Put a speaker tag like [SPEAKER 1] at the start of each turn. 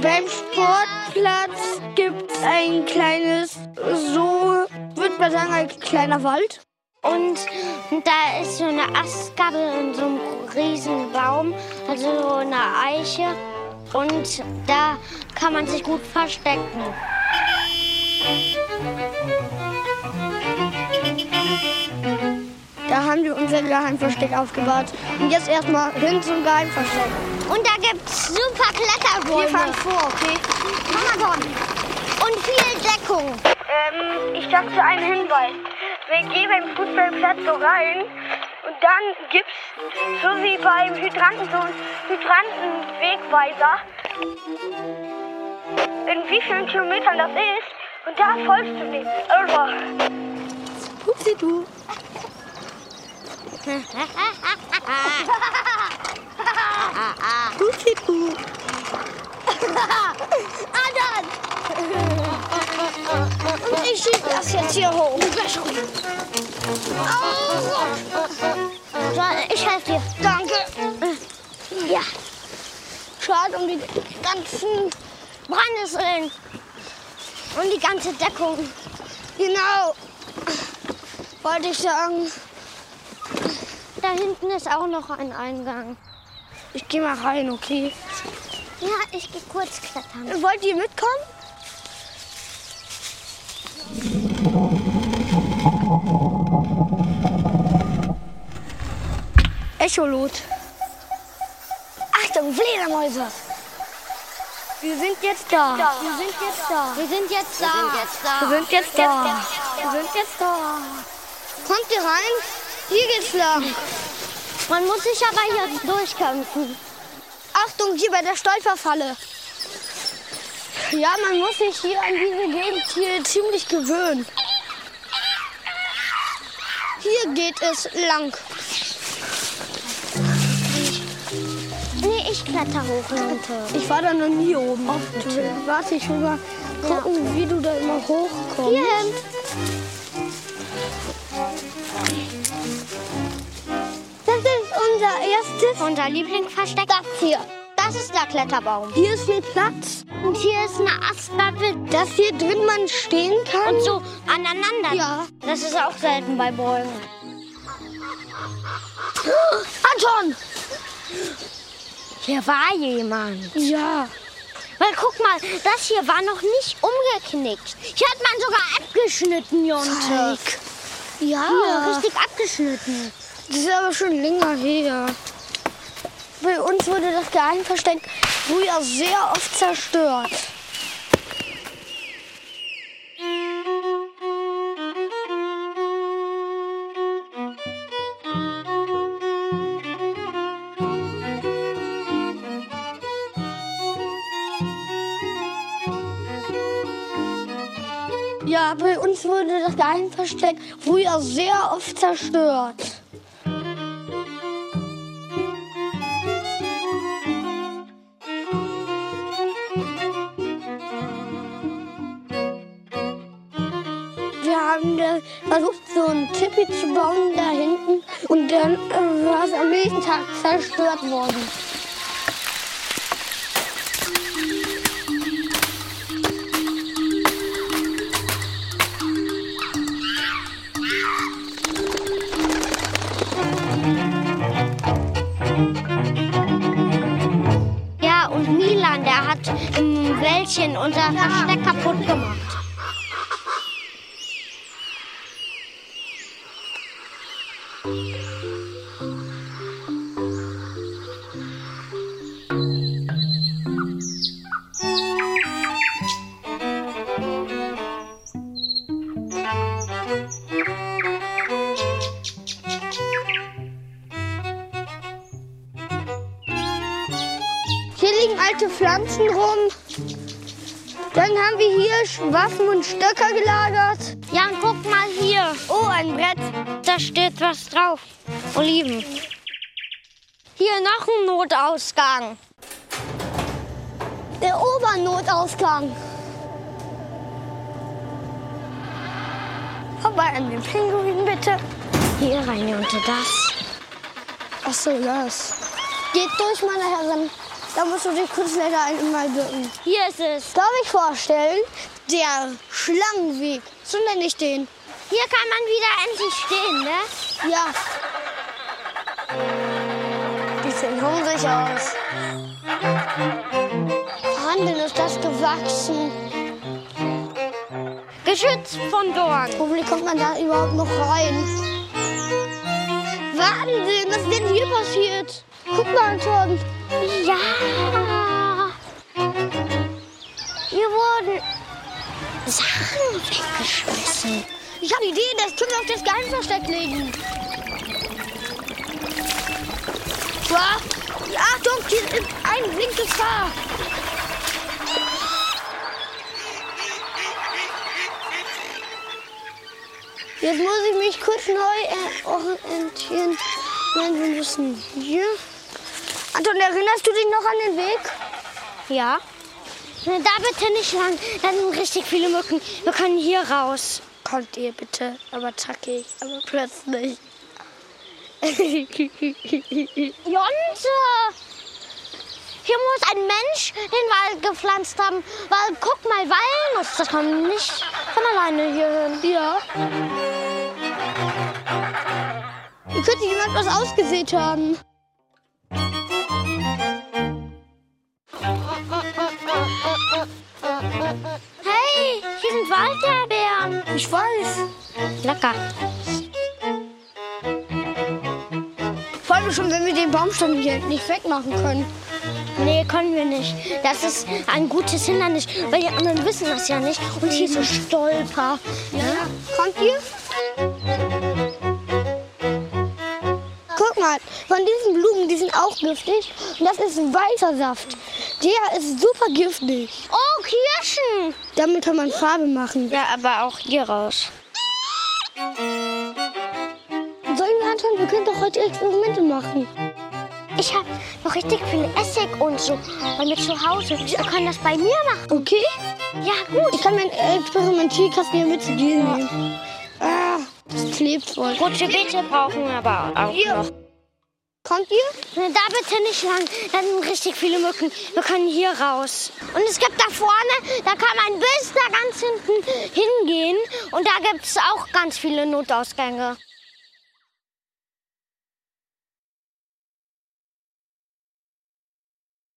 [SPEAKER 1] Beim Sportplatz gibt es ein kleines, so würde man sagen, ein kleiner Wald.
[SPEAKER 2] Und da ist so eine Astgabel und so ein riesen Baum, also so eine Eiche. Und da kann man sich gut verstecken.
[SPEAKER 1] Da haben wir unser Geheimversteck aufgebaut. Und jetzt erstmal hin zum Geheimversteck.
[SPEAKER 2] Und da gibt's super Kletterbäume.
[SPEAKER 1] Wir fahren vor, okay?
[SPEAKER 2] Amazon. Und viel Deckung.
[SPEAKER 3] Ähm, ich dachte einen Hinweis. Wir gehen beim Fußballplatz so rein und dann gibt's, so wie beim Hydranten, so einen Hydrantenwegweiser. In wie vielen Kilometern das ist und da folgst du Also. dem. Irre.
[SPEAKER 1] Upsi du. Upsi du.
[SPEAKER 2] Adam!
[SPEAKER 1] Und ich schieb das jetzt hier
[SPEAKER 3] Oh,
[SPEAKER 1] hoch.
[SPEAKER 2] So, ich helfe dir.
[SPEAKER 1] Danke.
[SPEAKER 2] Ja.
[SPEAKER 1] Schade um die ganzen.
[SPEAKER 2] Brandesseln. Und die ganze Deckung.
[SPEAKER 1] Genau. Wollte ich sagen.
[SPEAKER 2] Da hinten ist auch noch ein Eingang.
[SPEAKER 1] Ich gehe mal rein, okay?
[SPEAKER 2] Ja, ich gehe kurz klettern.
[SPEAKER 1] Wollt ihr mitkommen? Echolot. Achtung, Fledermäuse. Wir sind jetzt da.
[SPEAKER 2] Wir sind jetzt da. Wir sind jetzt da. Wir sind jetzt da.
[SPEAKER 1] Wir sind jetzt da. Wir sind jetzt da. Kommt ihr rein? Hier geht's lang.
[SPEAKER 2] Man muss sich aber hier durchkämpfen.
[SPEAKER 1] Achtung, hier bei der Stolperfalle. Ja, man muss sich hier an diese Gegend hier ziemlich gewöhnen. Hier geht es lang.
[SPEAKER 2] Nee, ich kletter hoch, Leute.
[SPEAKER 1] Ich war da noch nie oben. Du, warte, ich will mal gucken, wie du da immer hochkommst.
[SPEAKER 2] Hier hin.
[SPEAKER 1] Das ist unser erstes.
[SPEAKER 2] Unser Lieblingsversteck. Das hier. Das ist der Kletterbaum.
[SPEAKER 1] Hier ist viel Platz,
[SPEAKER 2] Und hier ist eine Astgabel.
[SPEAKER 1] dass hier drin man stehen kann.
[SPEAKER 2] Und so aneinander.
[SPEAKER 1] Ja.
[SPEAKER 2] Das ist auch selten bei Bäumen.
[SPEAKER 1] Anton!
[SPEAKER 2] Hier war jemand.
[SPEAKER 1] Ja.
[SPEAKER 2] Weil guck mal, das hier war noch nicht umgeknickt. Hier hat man sogar abgeschnitten, Jonte.
[SPEAKER 1] Ja.
[SPEAKER 2] Hier, richtig abgeschnitten.
[SPEAKER 1] Das ist aber schon länger her. Bei uns wurde das Geheimversteck früher sehr oft zerstört. Ja, bei uns wurde das Geheimversteck früher sehr oft zerstört. Wir haben da versucht, so einen Tipi zu bauen da hinten und dann äh, war es am nächsten Tag zerstört worden.
[SPEAKER 2] Ja, und Milan, der hat im Wäldchen unser Versteck kaputt gemacht.
[SPEAKER 1] Hier liegen alte Pflanzen rum. Dann haben wir hier Sch- Waffen und Stöcker gelagert.
[SPEAKER 2] Ja, und guck mal hier.
[SPEAKER 1] Oh, ein Brett.
[SPEAKER 2] Da steht was drauf. Oliven. Hier noch ein Notausgang.
[SPEAKER 1] Der Obernotausgang. vorbei an den Pinguin, bitte.
[SPEAKER 2] Hier rein hier unter das.
[SPEAKER 1] Ach so, das. Geht durch, meine Herren. Da musst du dich kurz leider einmal bücken.
[SPEAKER 2] Hier ist es.
[SPEAKER 1] Darf ich vorstellen, der Schlangenweg. So nenne ich den.
[SPEAKER 2] Hier kann man wieder endlich stehen, ne?
[SPEAKER 1] Ja. Die sehen hungrig aus. Handeln ist das gewachsen.
[SPEAKER 2] Geschützt von Dorn.
[SPEAKER 1] Oh, Wie kommt man da überhaupt noch rein? Wahnsinn, was ist denn hier passiert? Guck mal, Anton.
[SPEAKER 2] Ja. Hier wurden Sachen weggeschmissen.
[SPEAKER 1] Ich habe Idee, das können wir auf das Geheimversteck legen. Ja, Achtung, hier ist ein Blinkgefahr. Jetzt muss ich mich kurz neu äh, orientieren. Nein, wir müssen hier. Anton, erinnerst du dich noch an den Weg?
[SPEAKER 2] Ja. Na, Da bitte nicht lang. Da sind richtig viele Mücken. Wir können hier raus.
[SPEAKER 1] Kommt ihr bitte, aber zackig, aber plötzlich.
[SPEAKER 2] Jonte! Hier muss ein Mensch den Wald gepflanzt haben, weil guck mal, Walnuss, das kommt nicht von alleine hier hin.
[SPEAKER 1] Ja. Hier könnte jemand was ausgesät haben.
[SPEAKER 2] Hey, hier sind Waldbeeren.
[SPEAKER 1] Ich weiß.
[SPEAKER 2] Lecker.
[SPEAKER 1] Vor allem schon, wenn wir den Baumstamm hier nicht wegmachen können.
[SPEAKER 2] Nee, können wir nicht. Das ist ein gutes Hindernis, weil die anderen wissen das ja nicht. Und hier ist so Stolper.
[SPEAKER 1] Ja. Kommt ihr? Guck mal, von diesen Blumen, die sind auch giftig. Und das ist weißer Saft. Der ist super giftig.
[SPEAKER 2] Oh, Kirschen!
[SPEAKER 1] Damit kann man Farbe machen.
[SPEAKER 2] Ja, aber auch hier raus.
[SPEAKER 1] Sollen wir anschauen, wir können doch heute Experimente machen.
[SPEAKER 2] Ich habe noch richtig viel Essig und so bei mir zu Hause. Wir können das bei mir machen.
[SPEAKER 1] Okay?
[SPEAKER 2] Ja, gut.
[SPEAKER 1] Ich kann mir einen Experimentierkasten hier mit zu dir nehmen. Ah, das klebt voll.
[SPEAKER 2] Rote Beete brauchen wir aber auch noch. Ne,
[SPEAKER 1] Kommt ihr?
[SPEAKER 2] Da bitte nicht lang, da sind richtig viele Mücken. Wir können hier raus. Und es gibt da vorne, da kann man bis da ganz hinten hingehen. Und da gibt es auch ganz viele Notausgänge.